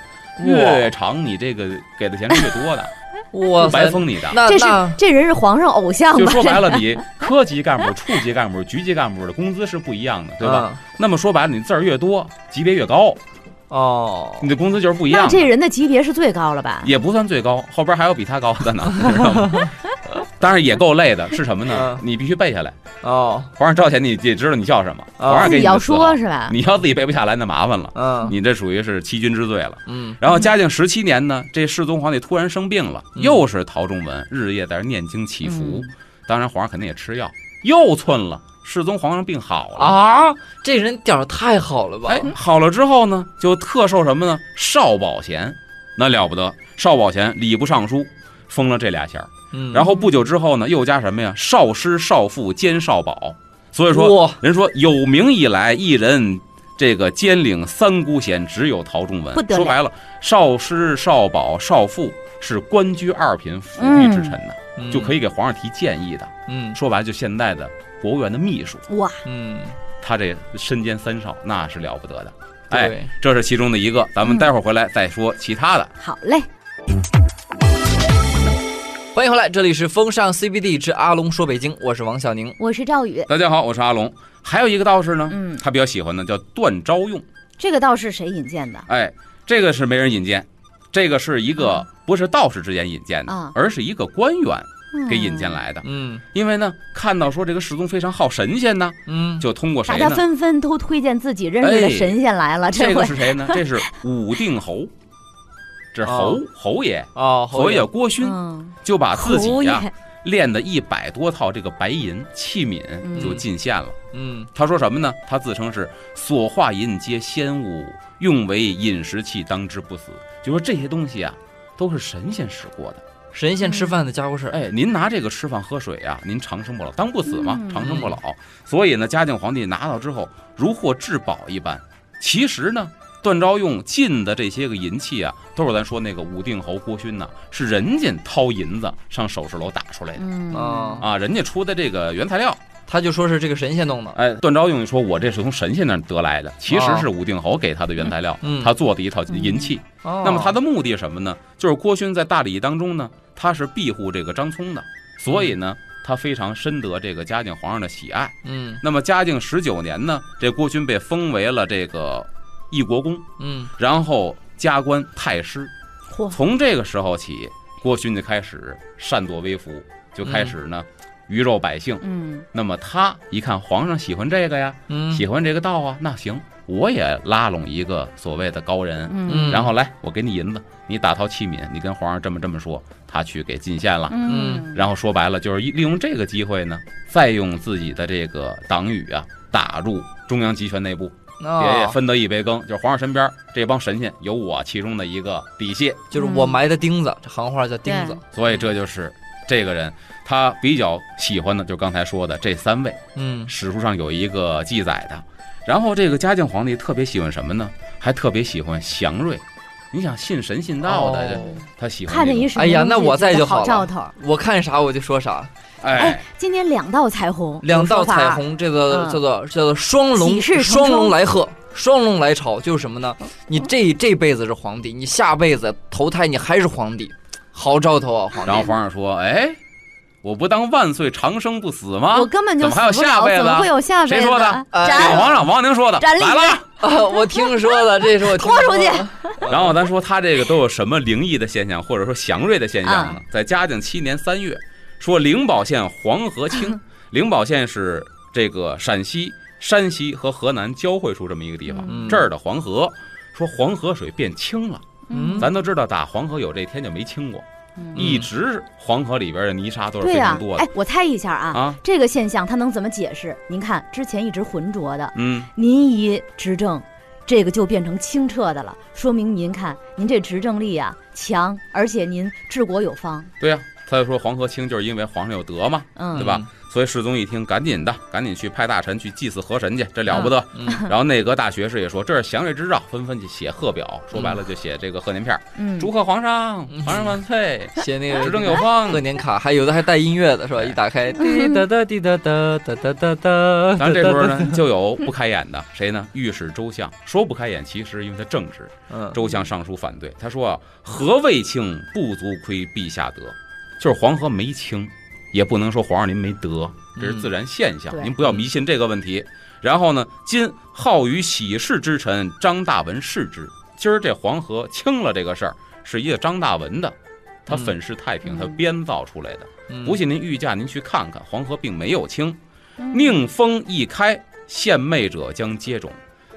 Speaker 3: 越长你这个给的钱是越多的，
Speaker 1: 哇
Speaker 3: 不
Speaker 1: 塞
Speaker 3: 白，封你的。
Speaker 1: 那
Speaker 2: 这是
Speaker 1: 啊那
Speaker 2: 这人是皇上偶像吧？
Speaker 3: 就说白了，你科级干部、处级干部、局级干部的工资是不一样的，对吧？？那么说白了，你字儿越多，级别越高，
Speaker 1: 嗯哦，
Speaker 3: 你的工资就是不一
Speaker 2: 那
Speaker 3: 样
Speaker 2: 这
Speaker 3: 的，
Speaker 2: 人的级别是最高了吧？
Speaker 3: 也不算最高，后边还有比他高的呢，你知道吗？ 当然也够累的，是什么呢
Speaker 1: 嗯？
Speaker 3: 你必须背下来。
Speaker 1: 哦，
Speaker 3: 皇上照钱，你得知道你叫什么，
Speaker 1: 啊
Speaker 3: 皇上
Speaker 2: 自
Speaker 3: 给
Speaker 2: 己
Speaker 3: 你
Speaker 2: 要
Speaker 3: 的字号
Speaker 2: 说，是吧？
Speaker 3: 你要自己背不下来，那麻烦了。
Speaker 1: 嗯
Speaker 3: 你这属于是欺君之罪了。
Speaker 1: 嗯
Speaker 3: 然后嘉靖十七年呢，这世宗皇帝突然生病了，
Speaker 1: 嗯
Speaker 3: 又是陶仲文日夜在这念经祈福
Speaker 2: 嗯，
Speaker 3: 当然皇上肯定也吃药，又寸了。世宗皇上病好了，
Speaker 1: 啊，这人点儿太好了吧？
Speaker 3: 哎，好了之后呢，就特授什么呢？少保贤，那了不得，少保贤礼部尚书，封了这俩衔儿。
Speaker 1: 嗯，
Speaker 3: 然后不久之后呢，又加什么呀？少师、少傅兼少保。所以说，
Speaker 1: 哇，
Speaker 3: 人说有名以来，一人这个兼领三孤贤，只有陶仲文。
Speaker 2: 不得了
Speaker 3: 说白了，少师、少保、少傅是官居二品辅弼之臣呢，
Speaker 2: 嗯
Speaker 3: 就可
Speaker 1: 以，
Speaker 3: 以给皇上提建议的。
Speaker 1: 嗯
Speaker 3: 说白了，就现在的国务院的秘书，
Speaker 2: 哇，
Speaker 1: 嗯，
Speaker 3: 他这身兼三少，那是了不得的。哎，
Speaker 1: 对，
Speaker 3: 这是其中的一个，咱们
Speaker 2: 嗯
Speaker 3: 待会儿回来再说其他的。
Speaker 2: 好嘞，
Speaker 1: 欢迎回来，这里是风尚 CBD 之阿龙说北京，我是王小宁。
Speaker 2: 我是赵宇。
Speaker 3: 大家好，我是阿龙。还有一个道士呢，
Speaker 2: 嗯，
Speaker 3: 他比较喜欢的叫段昭用。
Speaker 2: 这个道士谁引荐的？
Speaker 3: 哎，这个
Speaker 2: 嗯
Speaker 3: 是没人引荐，这个是一个不是道士之间引荐的，
Speaker 2: 啊
Speaker 3: 而是一个官员给引荐，来的。
Speaker 1: 嗯
Speaker 3: 因为呢，看到说这个世宗非常好神仙呢，
Speaker 1: 嗯，
Speaker 3: 就通过谁
Speaker 2: 大家
Speaker 3: 呢？
Speaker 2: 纷纷都推荐自己认识的
Speaker 3: 哎
Speaker 2: 神仙来了，这
Speaker 3: 这
Speaker 2: 回
Speaker 3: 个是谁 呢？这是武定侯，这是侯、
Speaker 1: 哦
Speaker 3: 侯爷，
Speaker 1: 哦，侯
Speaker 3: 所以
Speaker 1: 爷
Speaker 3: 有郭勋
Speaker 2: 嗯，
Speaker 3: 就把自己
Speaker 2: 侯爷
Speaker 3: 呀、炼的一百多套这个白银器皿
Speaker 2: 嗯
Speaker 3: 就进献了。
Speaker 1: 嗯
Speaker 3: 他说什么呢？他自称是所化银皆仙物，用为饮食器，当之不死。就说这些东西啊，都是神仙使过的。
Speaker 1: 神仙吃饭的家伙事儿，
Speaker 3: 哎，您拿这个吃饭喝水啊，您长生不老，当不死嘛
Speaker 2: 嗯，
Speaker 3: 长生不老。所以呢，嘉靖皇帝拿到之后，如获至宝一般。其实呢，段昭用进的这些个银器啊，都是咱说那个武定侯郭勋呐、是人家掏银子上手术楼打出来的
Speaker 2: 嗯
Speaker 1: 哦
Speaker 3: 啊，人家出的这个原材料。
Speaker 1: 他就说是这个神仙弄的，
Speaker 3: 哎，段昭用说：“我这是从神仙那儿得来的，其实
Speaker 1: 哦
Speaker 3: 是武定侯给他的原材料，
Speaker 1: 嗯
Speaker 3: 他做的一套银器。
Speaker 1: 那
Speaker 3: 那么他的目的是什么呢？就是郭勋在大礼当中呢，他是庇护这个张聪的，所以呢，他非常深得这个嘉靖皇上的喜爱。
Speaker 1: 嗯
Speaker 3: 那么嘉靖十九年呢，这郭勋被封为了这个议国公，
Speaker 1: 嗯
Speaker 3: 然后加官太师。
Speaker 2: 嚯
Speaker 3: 从这个时候起，郭勋就开始善作微服，就
Speaker 1: 嗯
Speaker 3: 开始呢鱼肉百姓。
Speaker 2: 嗯
Speaker 3: 那么他一看皇上喜欢这个呀，
Speaker 1: 嗯，
Speaker 3: 喜欢这个道啊，那行，我也拉拢一个所谓的高人，
Speaker 2: 嗯
Speaker 3: 然后来，我给你银子，你打套器皿，你跟皇上这么这么说，他去给进献了。
Speaker 2: 嗯，
Speaker 3: 然后说白了，就是利用这个机会呢，再用自己的这个党羽啊，打入中央集权内部，
Speaker 2: 哦
Speaker 3: 也也
Speaker 1: 啊，
Speaker 3: 分得一杯羹。就是皇上身边这帮神仙，有我其中的一个底细，
Speaker 1: 就是我埋的钉
Speaker 2: 嗯
Speaker 1: 子，这行话叫钉子，
Speaker 3: 所以这就是这个人他比较喜欢的，就刚才说的这三位。
Speaker 1: 嗯
Speaker 3: 史书上有一个记载的。然后这个嘉靖皇帝特别喜欢什么呢？还特别喜欢祥瑞。你想信神信道的，这
Speaker 1: 哦
Speaker 3: 他喜欢
Speaker 2: 看见
Speaker 3: 这
Speaker 2: 一
Speaker 3: 种
Speaker 2: 什么
Speaker 1: 哎呀
Speaker 2: 东西
Speaker 1: 那我在
Speaker 2: 觉得
Speaker 1: 就好
Speaker 2: 好
Speaker 1: 了
Speaker 2: 兆头。
Speaker 1: 我看啥我就说啥，
Speaker 3: 哎
Speaker 2: 哎，，今年两道彩虹，
Speaker 1: 两道
Speaker 2: 有说法
Speaker 1: 彩虹，这个
Speaker 2: 嗯
Speaker 1: 叫做叫做双龙
Speaker 2: 喜事，成
Speaker 1: 双
Speaker 2: 双
Speaker 1: 龙来贺，双龙来朝，就是什么呢？你这这辈子是皇帝，你下辈子投胎你还是皇帝，好兆头啊，皇帝。
Speaker 3: 然后皇上说：“哎，我不当万岁长生不死吗
Speaker 2: 我根本就
Speaker 3: 怎么还有
Speaker 2: 死不了
Speaker 3: 下辈子
Speaker 2: 怎么会有下辈子？
Speaker 3: 谁说的呃
Speaker 1: 哎？”
Speaker 2: 斩
Speaker 3: 小皇上王宁说的，
Speaker 2: 斩立
Speaker 3: 来了。
Speaker 1: 啊， 我听说了，这是我听
Speaker 2: 拖出去
Speaker 1: 说的嗯
Speaker 3: 然后咱说他这个都有什么灵异的现象，或者说祥瑞的现象呢？
Speaker 2: 啊
Speaker 3: 在嘉靖七年三月，说灵宝县黄河
Speaker 2: 啊
Speaker 3: 清，灵宝县是这个陕西、山西和河南交汇处这么一个地方，
Speaker 1: 嗯
Speaker 3: 这儿的黄河。说黄河水变清了，
Speaker 1: 嗯
Speaker 3: 咱都知道打黄河有这天就没清过，
Speaker 2: 嗯
Speaker 3: 一直黄河里边的泥沙都是
Speaker 2: 对
Speaker 3: 非
Speaker 2: 呀
Speaker 3: 常多，的
Speaker 2: 哎，我猜一下啊，
Speaker 3: 啊，
Speaker 2: 这个现象它能怎么解释？您看之前一直浑浊的，
Speaker 3: 嗯，
Speaker 2: 您一执政，这个就变成清澈的了，说明您看您这执政力啊强，而且您治国有方，
Speaker 3: 对呀、他就说黄河清就是因为皇上有德嘛，
Speaker 2: 嗯，
Speaker 3: 对吧？所以世宗一听，赶紧的，赶紧去派大臣去祭祀河神去，这了不得。
Speaker 1: 嗯嗯
Speaker 3: 然后内阁大学士也说，这是祥瑞之兆，纷纷去写贺表，说白了就写这个贺年片儿，
Speaker 2: 嗯，
Speaker 3: 祝贺皇上，
Speaker 1: 嗯
Speaker 3: 皇上 万岁，
Speaker 1: 写那
Speaker 3: 执
Speaker 1: 个
Speaker 3: 政有方嗯
Speaker 1: 贺。年卡，还有的还带音乐的是吧？一打开，滴答答滴答答哒哒哒哒。
Speaker 3: 然后这
Speaker 1: 哒
Speaker 3: 时候
Speaker 1: 哒
Speaker 3: 呢，就有不开眼的，谁呢？御史周相说不开眼，其实因为他正直。
Speaker 1: 嗯，
Speaker 3: 周相上书反对，他说啊，河未清不足亏陛下德，就是黄河没清，也不能说皇上您没德，这是自然现象，
Speaker 2: 嗯对
Speaker 3: 您不要迷信这个问题。然后呢，今好于喜事之臣张大文视之，今儿这黄河清了这个事儿，是一个张大文的。他粉饰太平，
Speaker 2: 嗯
Speaker 3: 他编造出来的。
Speaker 1: 嗯
Speaker 3: 不信您御驾，您去看看，黄河并没有清。
Speaker 2: 嗯
Speaker 3: 宁风一开，献媚者将接种。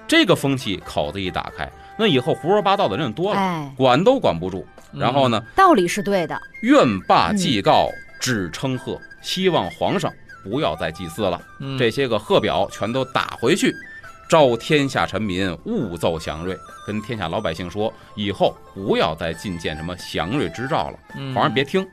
Speaker 3: 这个风气口子一打开，那以后胡说八道的人多了，
Speaker 2: 哎，嗯
Speaker 3: 管都管不住。然后呢，
Speaker 2: 道理是对的，
Speaker 3: 愿罢祭告，只称贺，希望皇上不要再祭祀了。
Speaker 1: 嗯，
Speaker 3: 这些个贺表全都打回去，召天下臣民勿奏祥瑞，跟天下老百姓说，以后不要再进谏什么祥瑞之兆了。
Speaker 1: 嗯
Speaker 3: 皇上别听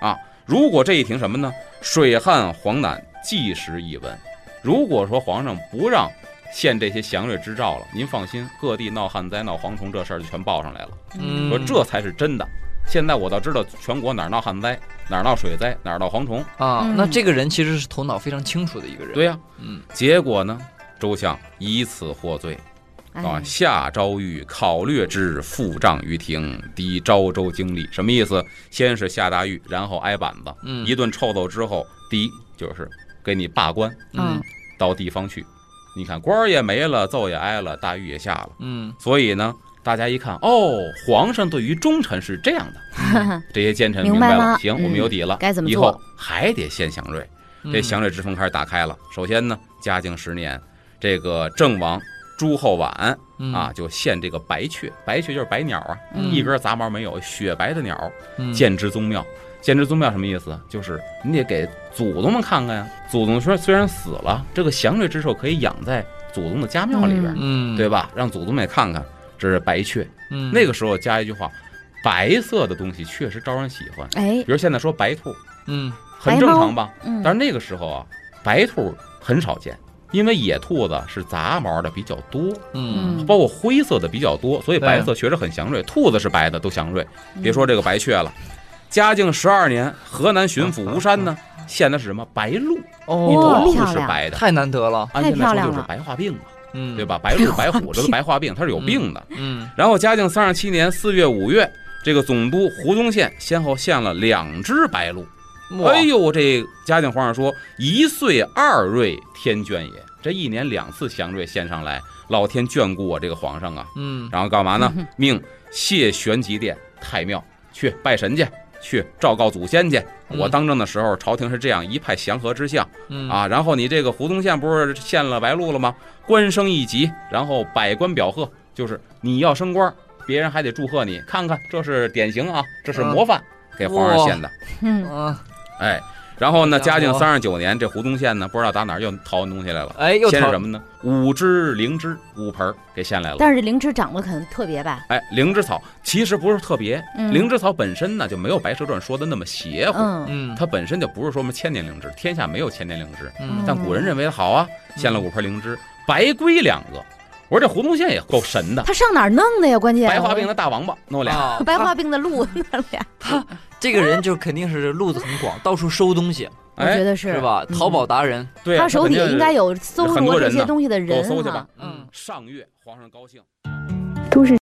Speaker 3: 啊！如果这一听什么呢？水旱黄难，即时一文。如果说皇上不让献这些祥瑞之兆了，您放心，各地闹旱灾、闹蝗虫这事儿就全报上来了。
Speaker 1: 嗯
Speaker 3: 说这才是真的。现在我倒知道全国哪儿闹旱灾，哪儿闹水灾，哪儿闹蝗虫。
Speaker 1: 啊
Speaker 2: 嗯，
Speaker 1: 那这个人其实是头脑非常清楚的一个人。
Speaker 3: 对呀、
Speaker 1: 嗯
Speaker 3: 结果呢？周相以此获罪啊
Speaker 2: 哎，，
Speaker 3: 下诏狱考略之，付账于庭，抵昭州经历。什么意思？先是下大狱，然后挨板子，
Speaker 1: 嗯
Speaker 3: 一顿臭揍之后，第一就是给你罢官，
Speaker 1: 嗯
Speaker 3: 到地方去。你看官儿也没了，揍也挨了，大狱也下了。
Speaker 1: 嗯
Speaker 3: 所以呢，大家一看，哦，皇上对于忠臣是这样的， 这些奸臣
Speaker 2: 明
Speaker 3: 明
Speaker 2: 白
Speaker 3: 了，
Speaker 2: 了
Speaker 3: 行，
Speaker 2: 嗯
Speaker 3: 我们有底了，
Speaker 2: 该怎么
Speaker 3: 以
Speaker 2: 做
Speaker 3: 后还得先祥瑞。
Speaker 1: 嗯
Speaker 3: 这祥瑞之风开始打开了。首先呢，嘉靖十年，这个郑王朱厚琬
Speaker 1: 嗯
Speaker 3: 啊，，就献这个白雀，白雀就是白鸟啊，
Speaker 1: 嗯
Speaker 3: 一根杂毛没有，雪白的鸟，
Speaker 1: 嗯
Speaker 3: 建之宗庙。建之宗庙什么意思？就是你得给祖宗们看看呀。祖宗说虽然死了，这个祥瑞之寿可以养在祖宗的家庙里边，
Speaker 1: 嗯，
Speaker 3: 对吧？让祖宗们也看看。这是白雀，
Speaker 1: 嗯，
Speaker 3: 那个时候加一句话，白色的东西确实招人喜欢。
Speaker 2: 哎
Speaker 3: 比，如现在说白兔，
Speaker 1: 嗯
Speaker 3: 很
Speaker 2: 白
Speaker 3: 正
Speaker 2: 猫
Speaker 3: 常吧？
Speaker 2: 嗯
Speaker 3: 但是那个时候啊，白兔很少见，因为野兔子是杂毛的比较多，
Speaker 1: 嗯
Speaker 3: 包括灰色的比较多，所以
Speaker 1: 对啊
Speaker 3: 白色确实很祥瑞。兔子是白的，都祥瑞。
Speaker 2: 嗯
Speaker 3: 别说这个白雀了，嘉靖十二年，河南巡抚吴山呢，献的是什么白鹿？一头
Speaker 1: 哦，
Speaker 3: 鹿
Speaker 2: 漂
Speaker 3: 是
Speaker 2: 亮
Speaker 3: 白的，
Speaker 1: 太难得了，
Speaker 3: 按
Speaker 2: 太
Speaker 3: 现在
Speaker 2: 漂
Speaker 3: 说
Speaker 2: 亮
Speaker 3: 就是
Speaker 2: 了
Speaker 3: 白化病嘛，
Speaker 1: 嗯，
Speaker 3: 对？吧？白鹿白虎，这都白化病，它是有病的。
Speaker 1: 嗯
Speaker 3: 然后嘉靖三十七年四月、五月，这个总督胡宗宪先后献了两只白鹿。
Speaker 1: 哇
Speaker 3: 哎呦，这嘉靖皇上说一岁二瑞天眷也，这一年两次祥瑞献上来，老天眷顾我这个皇上啊。
Speaker 1: 嗯
Speaker 3: 然后干嘛呢
Speaker 2: 嗯哼？
Speaker 3: 命谢玄极殿太庙去拜神去，去昭告祖先去。
Speaker 1: 嗯
Speaker 3: 我当政的时候，朝廷是这样一派祥和之象
Speaker 1: 嗯
Speaker 3: 啊。然后你这个胡宗宪不是献了白鹿了吗？官升一级，然后百官表贺，就是你要升官，别人还得祝贺你。看看，这是典型啊，这是模范，给皇上献的。
Speaker 2: 嗯，
Speaker 1: 嗯，
Speaker 3: 哎，然后呢，
Speaker 1: 家
Speaker 3: 嘉
Speaker 1: 伙
Speaker 3: 靖三十九年，这胡宗宪呢，不知道打哪儿又淘完东西来了。
Speaker 1: 哎，又
Speaker 3: 先是什
Speaker 1: 疼，
Speaker 3: 么呢？五只灵芝，五盆儿给献来了。
Speaker 2: 但是灵芝长得可能特别吧，
Speaker 3: 哎，灵芝草其实不是特别，
Speaker 2: 嗯
Speaker 3: 灵芝草本身呢就没有《白蛇传》说的那么邪乎，
Speaker 2: 嗯
Speaker 1: 嗯
Speaker 3: 它本身就不是说什么千年灵芝，天下没有千年灵芝，
Speaker 1: 嗯
Speaker 3: 但古人认为好啊，献了五盆灵芝，白龟两个。我说这胡宗宪也够神的，
Speaker 2: 他上哪儿弄的呀？关键
Speaker 3: 白化病的大王八弄俩，
Speaker 1: 啊
Speaker 2: 白化病的鹿那俩，
Speaker 1: 他这个人就肯定是路子很广，到处收东西
Speaker 2: 我觉
Speaker 3: 哎，
Speaker 2: 得是
Speaker 1: 是？吧？
Speaker 2: 嗯
Speaker 1: 淘宝达人，
Speaker 3: 对啊，
Speaker 2: 他手
Speaker 3: 肯
Speaker 2: 底
Speaker 3: 定
Speaker 2: 下
Speaker 3: 是
Speaker 2: 应该有搜
Speaker 3: 很
Speaker 2: 罗
Speaker 3: 多
Speaker 2: 这
Speaker 3: 人
Speaker 2: 些
Speaker 3: 呢
Speaker 2: 东西的
Speaker 3: 我
Speaker 2: 人
Speaker 3: 搜去
Speaker 2: 哈
Speaker 3: 吧，
Speaker 1: 嗯
Speaker 2: 嗯。
Speaker 3: 上月皇上高兴。
Speaker 4: 都是